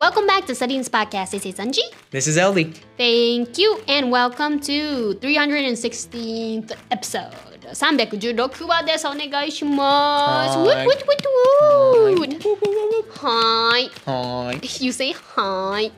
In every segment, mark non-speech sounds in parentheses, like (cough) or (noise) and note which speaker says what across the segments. Speaker 1: Welcome back to Studying's podcast. This is Anji.
Speaker 2: This is Ellie.
Speaker 1: Thank you and welcome to 316th episode. 316話です。お願いします。
Speaker 2: はー
Speaker 1: Woot,
Speaker 2: い
Speaker 1: woot, woot, woot. はーい。 (laughs)
Speaker 2: Hi. (laughs)
Speaker 1: You say hi.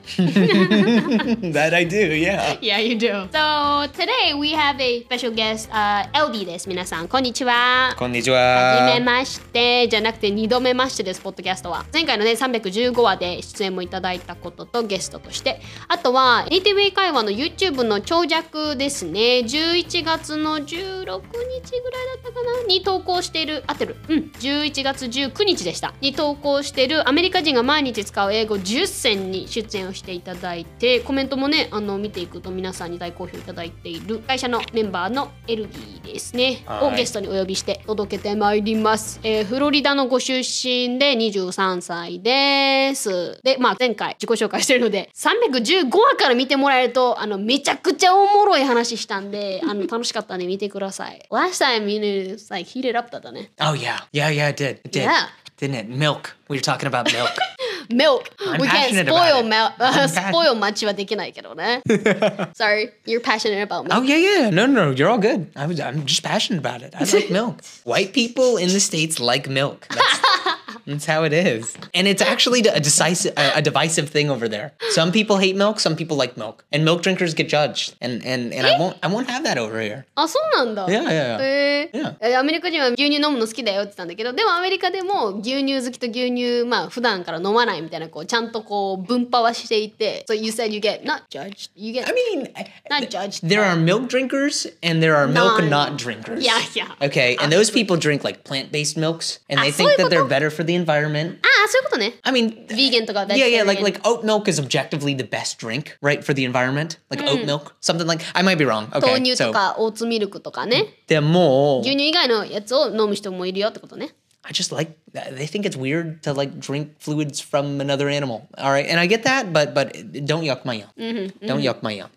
Speaker 2: that I do, yeah.
Speaker 1: Yeah, you do. So today we have a special guest, uh, LB です。皆さん、こんにちは。はじめ
Speaker 2: Konnichiwa.
Speaker 1: ましてじゃなくて2度目ましてですポッドキャストは前回のね315話で出演もいただいたこととゲストとしてあとはネイティブ英会話の YouTube の長尺ですね11月の16日ぐらいだったかなに投稿している合ってるうん11月19日でしたに投稿しているアメリカ人が毎日使う英語10選に出演をしていただいてコメントもねあの見ていくと皆さんに大好評いただいている会社のメンバーのエルギーですねを
Speaker 2: はい
Speaker 1: ゲストゲストにお呼びして届けてまいります、えーフロリダのご出身で23歳ですでまあ前回自己紹介してるので315話から見てもらえるとあのめちゃくちゃおもろい話したんであの楽しかったんで見てください Last time you knew it's like heated up だったね
Speaker 2: Oh, yeah. Yeah, yeah, it did. It did.
Speaker 1: Yeah.
Speaker 2: Didn't it? Milk. We were talking about milk.
Speaker 1: Milk
Speaker 2: I'm
Speaker 1: we can't
Speaker 2: passionate
Speaker 1: spoil (laughs)
Speaker 2: about it.
Speaker 1: milk
Speaker 2: I'm passionate.
Speaker 1: spoil 待ちはできないけど
Speaker 2: (laughs)
Speaker 1: ね Sorry you're passionate about milk
Speaker 2: oh, yeah, yeah. No, no, no. You're all good. I was, I'm just passionate about it. I like milk. White people in the States like milk. That's, that's how it is. And it's actually a, decisive, a, a divisive thing over there. Some people hate milk, some people like milk. And milk drinkers get judged. And, and, and I, won't, I won't have that over here.
Speaker 1: あ、そうなんだ。
Speaker 2: いやいやいや
Speaker 1: へえ
Speaker 2: いや
Speaker 1: えアメリカ人は牛乳飲むの好きだよって言ったんだけど、でもアメリカでも牛乳好きと牛乳まあ普段から飲まないみたいなこうちゃんとこう分派はしていて、so you said you get not judged, you get
Speaker 2: I mean, I-
Speaker 1: not judged.
Speaker 2: There are milk drinkers and there are milk
Speaker 1: Non-
Speaker 2: not
Speaker 1: Um,
Speaker 2: drinkers.
Speaker 1: Yeah, yeah.
Speaker 2: Okay, and those people drink like plant based milks and they
Speaker 1: Ah,
Speaker 2: think that they're
Speaker 1: soy-goto.
Speaker 2: better for the environment.
Speaker 1: ああ、そういうことね。
Speaker 2: I mean,
Speaker 1: Vegan とか
Speaker 2: yeah, yeah,
Speaker 1: vegetarian
Speaker 2: like like oat milk is objectively the best drink, right, for the environment? Like oat
Speaker 1: Mm.
Speaker 2: milk, something like I might be wrong.
Speaker 1: 豆
Speaker 2: Okay,
Speaker 1: 乳と
Speaker 2: so
Speaker 1: かオーツミルクとかね、
Speaker 2: they're more.
Speaker 1: 牛乳以外のやつを飲む人もいるよってことね。
Speaker 2: I just like they think it's weird to like drink fluids from another animal. All right, and I get that, but but don't yuck my yum.
Speaker 1: Mm-hmm,
Speaker 2: Don't yuck my yum.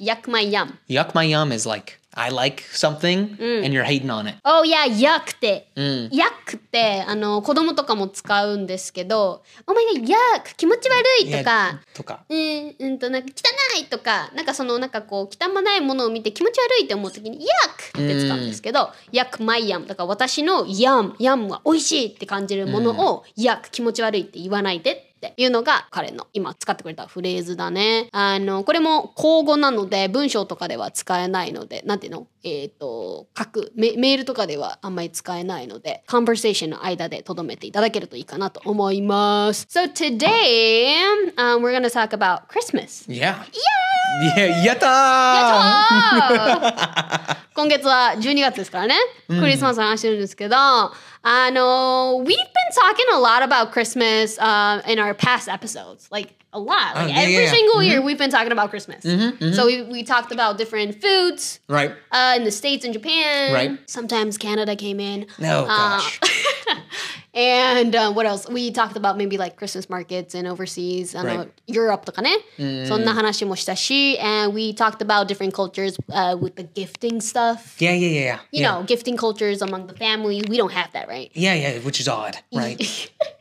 Speaker 1: ヤクマイヤム。
Speaker 2: Yuck my yum is like I like something
Speaker 1: Mm.
Speaker 2: and you're hating on it.
Speaker 1: Oh yeah, yuck って、yuck ってあの子供とかも使うんですけど、お前が yuck 気持ち悪いとか。
Speaker 2: とか。
Speaker 1: えー、うんとなんか汚いとかなんかそのなんかこう汚いものを見て気持ち悪いって思う時に「ヤック!」って使うんですけど「ヤックマイヤム」だから私の「ヤム」「ヤム」は美味しいって感じるものを「ヤック気持ち悪い」って言わないでっていうのが彼の今使ってくれたフレーズだね。あのこれも口語なので文章とかでは使えないのでなんていうのえっ、と書くメメールとかではあんまり使えないのでコンバーセーションの間でとどめていただけるといいかなと思います。So today、um, we're gonna talk about Christmas.
Speaker 2: Yeah. Yeah. やった
Speaker 1: (laughs)
Speaker 2: ー
Speaker 1: 今月は12月ですからね。クリスマスの話してるんですけど、あの、We've been talking a lot about Christmas、uh, in our past episodes. Like, a lot. Like,
Speaker 2: Oh, yeah, Mm-hmm,
Speaker 1: every
Speaker 2: yeah, yeah.
Speaker 1: single year we've been talking about Christmas. So we, we talked about different foods.
Speaker 2: Right.
Speaker 1: Uh, in the States and Japan.
Speaker 2: Right.
Speaker 1: Sometimes Canada came in.
Speaker 2: No,
Speaker 1: Uh,
Speaker 2: gosh.
Speaker 1: and uh, what else? We talked about maybe like Christmas markets and overseas, I know,
Speaker 2: Right. Mm.
Speaker 1: Europe とかね。そんな話もしたし and we talked about different cultures、uh, with the gifting stuff.
Speaker 2: Yeah, yeah, yeah, yeah.
Speaker 1: You
Speaker 2: yeah.
Speaker 1: know, gifting cultures among the family. We don't have that, right?
Speaker 2: Yeah, yeah, which is odd,
Speaker 1: (laughs)
Speaker 2: right?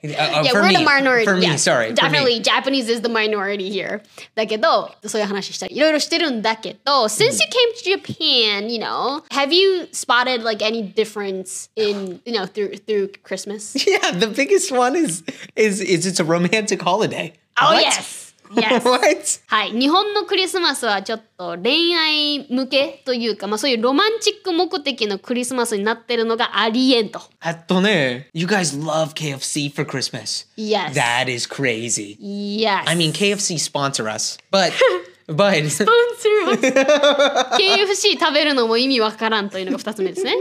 Speaker 2: Uh, uh,
Speaker 1: Yeah,
Speaker 2: for
Speaker 1: we're
Speaker 2: me,
Speaker 1: the minority.
Speaker 2: For me,
Speaker 1: Yeah,
Speaker 2: sorry.
Speaker 1: Definitely, Japanese is the minority here. だけど、そういう話したり、いろいろしてるんだけど、since
Speaker 2: Mm.
Speaker 1: you came to Japan, you know, have you spotted like any difference in, you know, through through Christmas?
Speaker 2: For me. (laughs) Yeah, the biggest one is is is it's a romantic holiday.
Speaker 1: Oh
Speaker 2: What?
Speaker 1: yes, yes.
Speaker 2: (laughs) what?
Speaker 1: はい、日本のクリスマスはちょっと恋愛向けというか、まあ、そういうロマンチック目的のクリスマスになってるのがありえんと。
Speaker 2: えっとね You guys love KFC for Christmas.
Speaker 1: Yes.
Speaker 2: That is crazy.
Speaker 1: Yes.
Speaker 2: I mean, KFC sponsor us, but (laughs) but
Speaker 1: スポンサー KFC 食べるのも意味わからんというのが2つ目です
Speaker 2: (laughs)
Speaker 1: ね。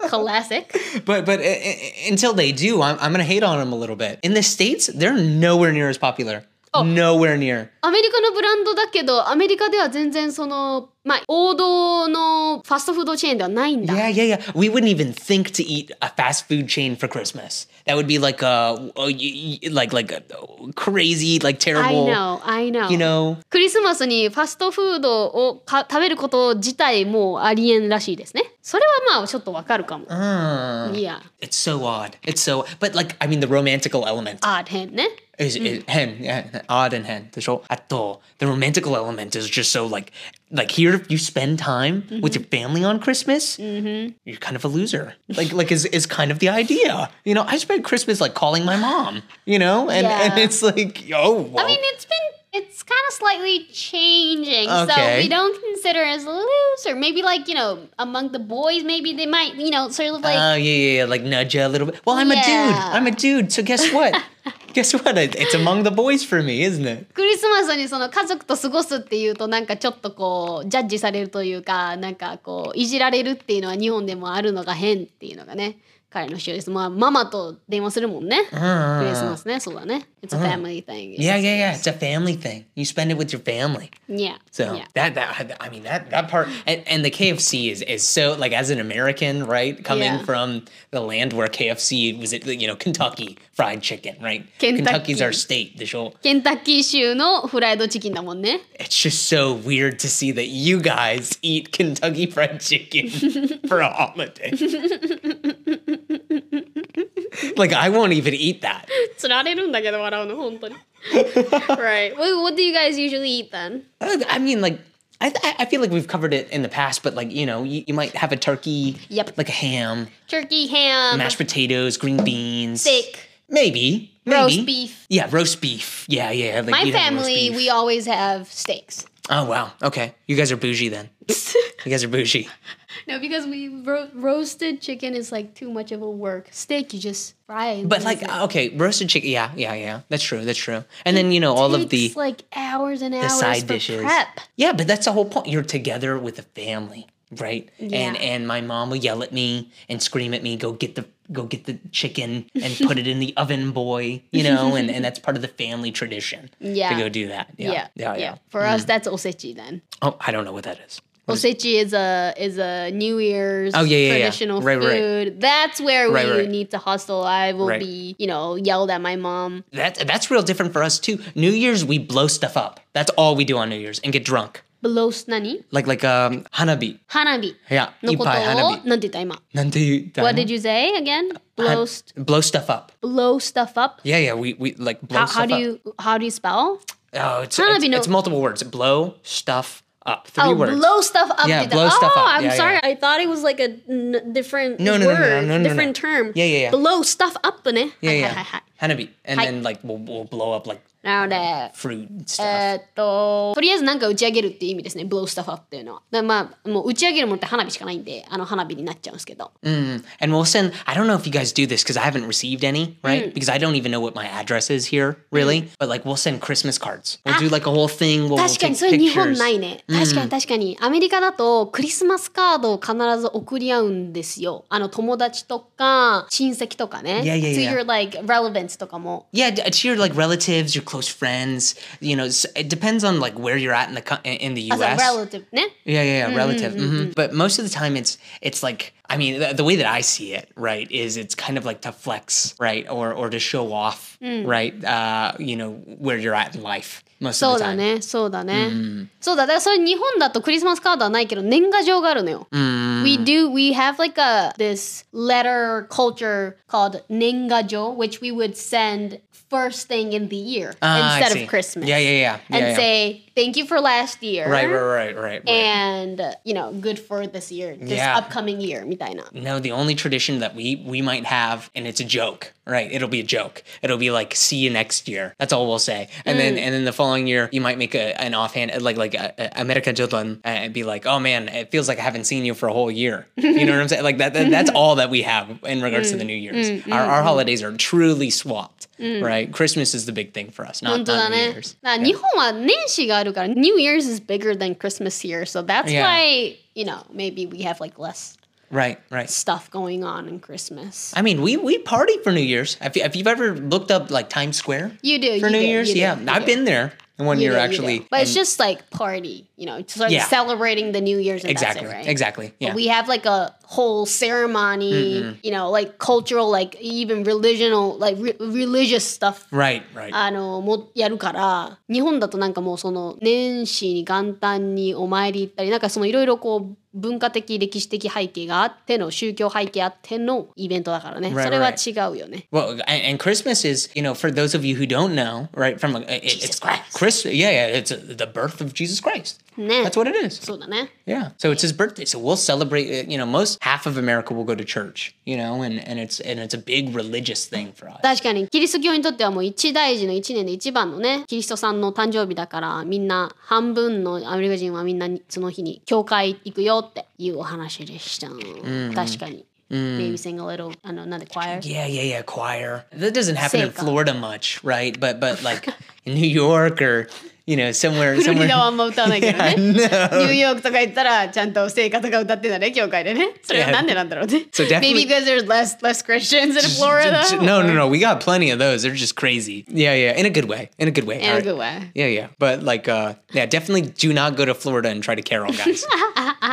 Speaker 1: クラシック。
Speaker 2: But but uh, uh, until they do, I'm, I'm gonna hate on them a little bit. In the states, they're nowhere near as popular.
Speaker 1: Oh.
Speaker 2: Nowhere near.
Speaker 1: アメリカのブランドだけど、アメリカでは全然その、まあ、王道のファストフードチェーンではないんだ。
Speaker 2: Yeah, yeah, yeah. We wouldn't even think to eat a fast food chain for Christmas. That would be like a, a y- y- like like a crazy, like
Speaker 1: I
Speaker 2: terrible.
Speaker 1: know, I know.
Speaker 2: You know.
Speaker 1: クリスマスにファストフードをか食べること自体もうありえんらしいですね。それはまあちょっとわかるかも。いや、
Speaker 2: It's so odd. It's so. But like, I mean, the romantical element.
Speaker 1: あー変ね。
Speaker 2: is, is hen, yeah, odd and hen. でしょ。あと the romantical element is just so like like here if you spend time
Speaker 1: Mm-hmm.
Speaker 2: with your family on Christmas, you're kind of a loser. Like like is is kind of the idea. You know, I spent Christmas like calling my mom. You know, and and
Speaker 1: Yeah.
Speaker 2: it's like oh. well,
Speaker 1: I mean, it's been it's kind of slightly changing, so
Speaker 2: Okay.
Speaker 1: we don't consider it as a loser. Maybe like you know, among the boys, maybe they might you know sort of like
Speaker 2: oh yeah, yeah, yeah, like nudge you a little bit. Well, I'm a dude.
Speaker 1: Yeah.
Speaker 2: I'm a dude. So guess what?
Speaker 1: (laughs)
Speaker 2: guess what? It- It's among the boys for me, isn't it?
Speaker 1: クリスマスにその家族と過ごすっていうとなんかちょっとこうジャッジされるというかなんかこういじられるっていうのは日本でもあるのが変っていうのがね彼の主張です。まあママと電話するもんね。クリスマスねそうだね。It's a family thing.
Speaker 2: Yeah, yeah, yeah. It's a family thing. You spend it with your family.
Speaker 1: yeah.
Speaker 2: So
Speaker 1: yeah.
Speaker 2: that that I mean that that part and, and the KFC is is so like as an American right coming
Speaker 1: Yeah.
Speaker 2: from the land where KFC was it you know Kentucky Fried Chicken right
Speaker 1: Kentucky.
Speaker 2: Kentucky's our state the show
Speaker 1: ケンタッキー州のフライドチキンだもんね。
Speaker 2: it's just so weird to see that you guys eat Kentucky Fried Chicken
Speaker 1: (laughs)
Speaker 2: for a holiday like I won't even eat that
Speaker 1: つられるんだけど笑うの本当に。right. What, what do you guys usually eat then?
Speaker 2: I Uh, I mean like. I, I- I feel like we've covered it in the past, but like you know, you, you might have a turkey,
Speaker 1: Yep.
Speaker 2: like a ham,
Speaker 1: Turkey, ham,
Speaker 2: mashed potatoes, green beans,
Speaker 1: steak.
Speaker 2: maybe, maybe
Speaker 1: Roast beef.
Speaker 2: Yeah, roast beef. Yeah, yeah. Like
Speaker 1: My
Speaker 2: we'd have roast
Speaker 1: family,
Speaker 2: beef.
Speaker 1: we always have steaks. (laughs)
Speaker 2: Oh wow. Okay, you guys are bougie then. You guys are bougie.
Speaker 1: No, because we ro- roasted chicken is like too much of a work. Steak, you just fry. and
Speaker 2: But
Speaker 1: leave
Speaker 2: like, uh,
Speaker 1: it.
Speaker 2: okay, roasted chicken. Yeah, yeah, yeah. That's true. That's true. And then you know all of the
Speaker 1: Takes, like hours and hours
Speaker 2: side
Speaker 1: for
Speaker 2: dishes.
Speaker 1: prep.
Speaker 2: yeah, but that's the whole point. You're together with a family, right? And
Speaker 1: Yeah.
Speaker 2: and my mom will yell at me and scream at me, go get the go get the chicken and put it in the oven, boy. You know, and and that's part of the family tradition.
Speaker 1: (laughs) Yeah.
Speaker 2: To go do that.
Speaker 1: Yeah, yeah,
Speaker 2: Yeah. Yeah. yeah.
Speaker 1: For us, that's osechi then.
Speaker 2: Oh, I don't know what that is.
Speaker 1: Osechi is a is a New Year's
Speaker 2: Oh, yeah, yeah, yeah.
Speaker 1: traditional
Speaker 2: Right, right.
Speaker 1: food. That's where
Speaker 2: Right,
Speaker 1: we
Speaker 2: right.
Speaker 1: need to hustle. I will
Speaker 2: Right.
Speaker 1: be, you know, yelled at my mom.
Speaker 2: That that's real different for us too. New Year's we blow stuff up. That's all we do on New Year's and get drunk.
Speaker 1: Below nani?
Speaker 2: Like like um hanabi.
Speaker 1: Hanabi.
Speaker 2: Yeah.
Speaker 1: のことを
Speaker 2: ippai
Speaker 1: なんて言った今
Speaker 2: hanabi.
Speaker 1: What did you say again? Blow, st-
Speaker 2: blow stuff up?
Speaker 1: blow stuff up?
Speaker 2: Yeah, yeah. We we like blow
Speaker 1: How,
Speaker 2: stuff
Speaker 1: how do
Speaker 2: up.
Speaker 1: you how do you spell?
Speaker 2: Oh, it's,
Speaker 1: Hanabi
Speaker 2: it's,
Speaker 1: no-
Speaker 2: it's multiple words. Blow stuff up. Three
Speaker 1: Oh,
Speaker 2: words.
Speaker 1: blow stuff up.
Speaker 2: Yeah,
Speaker 1: did that-
Speaker 2: blow stuff
Speaker 1: oh,
Speaker 2: up.
Speaker 1: I'm
Speaker 2: Yeah,
Speaker 1: sorry.
Speaker 2: yeah.
Speaker 1: I thought it was like a n- different
Speaker 2: No, no, no,
Speaker 1: word,
Speaker 2: no, no, no, no,
Speaker 1: different
Speaker 2: no.
Speaker 1: term.
Speaker 2: Yeah, yeah, yeah.
Speaker 1: Blow stuff up ね。
Speaker 2: yeah,
Speaker 1: (laughs) はいは
Speaker 2: yeah.
Speaker 1: いはい。
Speaker 2: Hanabi, and
Speaker 1: Hi.
Speaker 2: then like we'll, we'll blow up like
Speaker 1: なので、え
Speaker 2: fruit stuff.
Speaker 1: ーっと、とりあえずなんか打ち上げるっていう意味ですね。blow stuff up っていうのは。だまあ、もう打ち上げるものって花火しかないんで、あの花火になっちゃうんですけど。
Speaker 2: and we'll send. I don't know if you guys do this because I haven't received any, right?
Speaker 1: Mm.
Speaker 2: Because I don't even know what my address is here, really. But like we'll send Christmas cards. We'll
Speaker 1: Ah,
Speaker 2: do like a whole thing. We'll, we'll
Speaker 1: 確かに
Speaker 2: take
Speaker 1: それ日本
Speaker 2: pictures.
Speaker 1: ないね。確かに確かに。アメリカだとクリスマスカードを必ず送り合うんですよ。あの友達とか親戚とかね。
Speaker 2: いやいやいや
Speaker 1: To your like relevance とかも。
Speaker 2: Yeah, d- uh, to your like relatives, your close friends. You know, s- it depends on like where you're at in the co- in the
Speaker 1: あ、そう、
Speaker 2: U.S.
Speaker 1: relative ね。
Speaker 2: Yeah, yeah, yeah,
Speaker 1: Mm,
Speaker 2: relative. hmm But most of the time, it's it's like I mean, the, the way that I see it, right, is it's kind of like to flex, right, or or to show off,
Speaker 1: Mm.
Speaker 2: right, uh, you know, where you're at in life most
Speaker 1: そ
Speaker 2: of
Speaker 1: う
Speaker 2: the
Speaker 1: だ
Speaker 2: time.
Speaker 1: ね、そうだね。そうだ、だからそれ日本だとクリスマスカードはないけど年賀状があるのよ。We do, we have like a this letter culture called 年賀状 which we would send first thing in the year
Speaker 2: Ah, I
Speaker 1: instead
Speaker 2: see.
Speaker 1: of Christmas.
Speaker 2: Yeah, yeah, yeah. yeah,
Speaker 1: and
Speaker 2: yeah.
Speaker 1: say thank you for last year.
Speaker 2: right, right, right, right. right.
Speaker 1: And uh, you know, good for this year, this
Speaker 2: Yeah.
Speaker 1: upcoming year, みたいな。
Speaker 2: No, the only tradition that we we might have, and it's a joke, right? It'll be a joke. It'll be like, see you next year. That's all we'll say. And then and then the following year, you might make a, an offhand like like a, a America Jodlan uh, and be like, oh man, it feels like I haven't seen you for a whole year. You know what I'm saying? Like that, that that's all that we have in regards to the New Year's. our, our holidays are truly swapped, right? Christmas is the big thing for us,
Speaker 1: 本
Speaker 2: not,
Speaker 1: 当だ
Speaker 2: not New
Speaker 1: ね。
Speaker 2: Year's.
Speaker 1: だから日本は年始があるから、New Year's is bigger than Christmas here, so that's
Speaker 2: Yeah.
Speaker 1: why you know maybe we have like less
Speaker 2: Right, right.
Speaker 1: stuff going on in Christmas.
Speaker 2: I mean, we we party for New Year's. If, you- if you've ever looked up like Times Square
Speaker 1: You do
Speaker 2: for
Speaker 1: you
Speaker 2: New
Speaker 1: do,
Speaker 2: Year's,
Speaker 1: you do,
Speaker 2: yeah,
Speaker 1: you
Speaker 2: I've
Speaker 1: do.
Speaker 2: been there one
Speaker 1: You
Speaker 2: year
Speaker 1: do, you
Speaker 2: actually.
Speaker 1: do. but
Speaker 2: and-
Speaker 1: it's just like party. you know, it's like
Speaker 2: Yeah.
Speaker 1: celebrating the New Year's. And
Speaker 2: exactly,
Speaker 1: That's it, right?
Speaker 2: exactly. Yeah.
Speaker 1: But we have like a whole ceremony, you know, like cultural, like even religional, like re- religious stuff
Speaker 2: right, right.
Speaker 1: あのもやるから日本だとなんかもうその年始に元旦にお参り行ったりなんかそのいろいろこう文化的歴史的背景があっての宗教背景あってのイベントだからね
Speaker 2: Right,
Speaker 1: それは違うよね
Speaker 2: Well, and, and Christmas is, you know, for those of you who don't know, right? From a, it, it's
Speaker 1: Christ.
Speaker 2: Chris, yeah, yeah, it's uh the birth of Jesus Christ.
Speaker 1: ね
Speaker 2: That's what it is.
Speaker 1: そうだね
Speaker 2: Yeah. So it's his birthday. So we'll celebrate. uh, You know, most half of America will go to church. You know, and and it's and it's a big religious thing for us.
Speaker 1: 確かにキリスト教にとってはもう一大事の一年で一番のねキリストさんの誕生日だからみんな半分のアメリカ人はみんなにその日に教会行くよっていうお話でした、確かに、Maybe sing a little あのなんで choir
Speaker 2: Yeah, yeah, yeah. Choir. That doesn't happen in
Speaker 1: Sega.
Speaker 2: Florida much, right? But but like in New York or you know somewhere
Speaker 1: フロリ
Speaker 2: somewhere.
Speaker 1: ダはあんま歌わないけど
Speaker 2: (laughs) I
Speaker 1: ね
Speaker 2: know.
Speaker 1: ニューヨークとか行ったらちゃんと聖歌とか歌ってんだね教会で
Speaker 2: (laughs)
Speaker 1: ねそれはなんでなんだろうね
Speaker 2: So definitely-
Speaker 1: Maybe because there's less less Christians in (laughs) Florida
Speaker 2: No, no, no. We got plenty of those. They're just crazy. Yeah, yeah. In a good way. In a good way.
Speaker 1: in
Speaker 2: All
Speaker 1: a
Speaker 2: right.
Speaker 1: good way
Speaker 2: Yeah, yeah. But like, uh, yeah, definitely do not go to Florida and try to
Speaker 1: (laughs)
Speaker 2: carol, guys,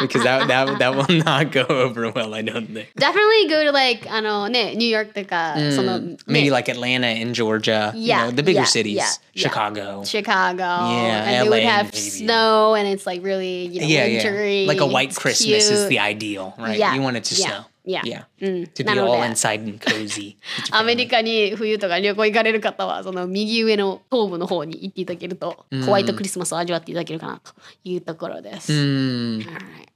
Speaker 2: because that that that will not go over well. I don't think.
Speaker 1: definitely go to like あのねニューヨークとかその
Speaker 2: Maybe
Speaker 1: ね
Speaker 2: like Atlanta and Georgia.
Speaker 1: Yeah,
Speaker 2: You know, the bigger
Speaker 1: yeah,
Speaker 2: cities.
Speaker 1: yeah, yeah.
Speaker 2: Chicago.
Speaker 1: Chicago
Speaker 2: Yeah,
Speaker 1: and they would
Speaker 2: LA
Speaker 1: have
Speaker 2: maybe.
Speaker 1: snow and it's like really you know
Speaker 2: Yeah,
Speaker 1: wintry
Speaker 2: yeah. Like a white
Speaker 1: it's
Speaker 2: Christmas is
Speaker 1: cute.
Speaker 2: the ideal, right?
Speaker 1: Yeah,
Speaker 2: You want it to
Speaker 1: yeah,
Speaker 2: snow.
Speaker 1: yeah.
Speaker 2: Yeah.
Speaker 1: Mm,
Speaker 2: To
Speaker 1: not
Speaker 2: be
Speaker 1: all
Speaker 2: all
Speaker 1: that.
Speaker 2: inside
Speaker 1: (laughs)
Speaker 2: and cozy. (laughs)
Speaker 1: アメリカに冬とか旅行行かれる方はその右上の東部の方に行っていただけると
Speaker 2: Mm.
Speaker 1: ホワイトクリスマスを味わっていただけるかなというところです。Alright.
Speaker 2: Mm.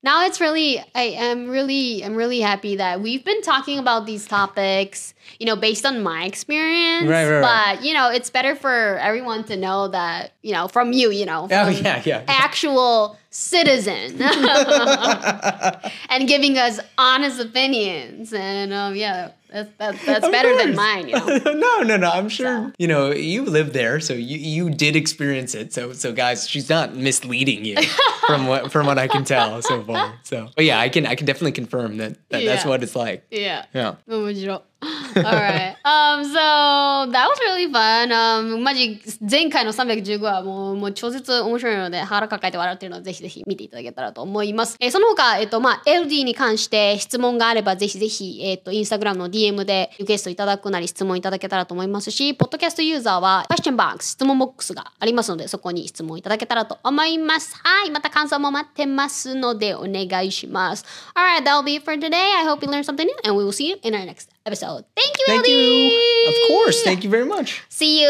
Speaker 1: Now it's really I am really I'm really happy that we've been talking about these topics, you know, based on my experience.
Speaker 2: Right, right, right.
Speaker 1: But you know, it's better for everyone to know that, you know, from you, you know,
Speaker 2: oh
Speaker 1: from
Speaker 2: yeah, yeah.
Speaker 1: actual
Speaker 2: (laughs)
Speaker 1: citizen and giving us honest opinions. And um, yeah, that's, that, that's
Speaker 2: Of
Speaker 1: better than
Speaker 2: course.
Speaker 1: mine, you
Speaker 2: (laughs)
Speaker 1: know.
Speaker 2: no, no, no. I'm sure you know you live there, so you you did experience it. So so guys, she's not
Speaker 1: (laughs)
Speaker 2: misleading you from what from what I can tell so far. So but yeah, I can I can definitely confirm that, that that's
Speaker 1: Yeah.
Speaker 2: what it's like.
Speaker 1: Yeah.
Speaker 2: Yeah.
Speaker 1: 面白い Alright. Um, so, that was really fun. Um, マジ、前回の315はもう、もう超絶面白いので、腹抱えて笑ってるので、ぜひぜひ見ていただけたらと思います。えーその他、えっ、と、まあ、LD に関して質問があれば、ぜひぜひ、えっ、と、インスタグラムの DM でリクエストいただくなり、質問いただけたらと思いますし、ポッドキャストユーザーは、question box、質問ボックスがありますので、そこに質問いただけたらと思います。はい。また感想も待ってますので、お願いします。Alright, that'll be it for today. I hope you learned something new, and we will see you in our next episode. Thank you,
Speaker 2: Thank
Speaker 1: Ellie.
Speaker 2: you. Of course. Thank you very much.
Speaker 1: See you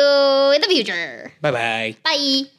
Speaker 1: in the future.
Speaker 2: Bye bye.
Speaker 1: Bye.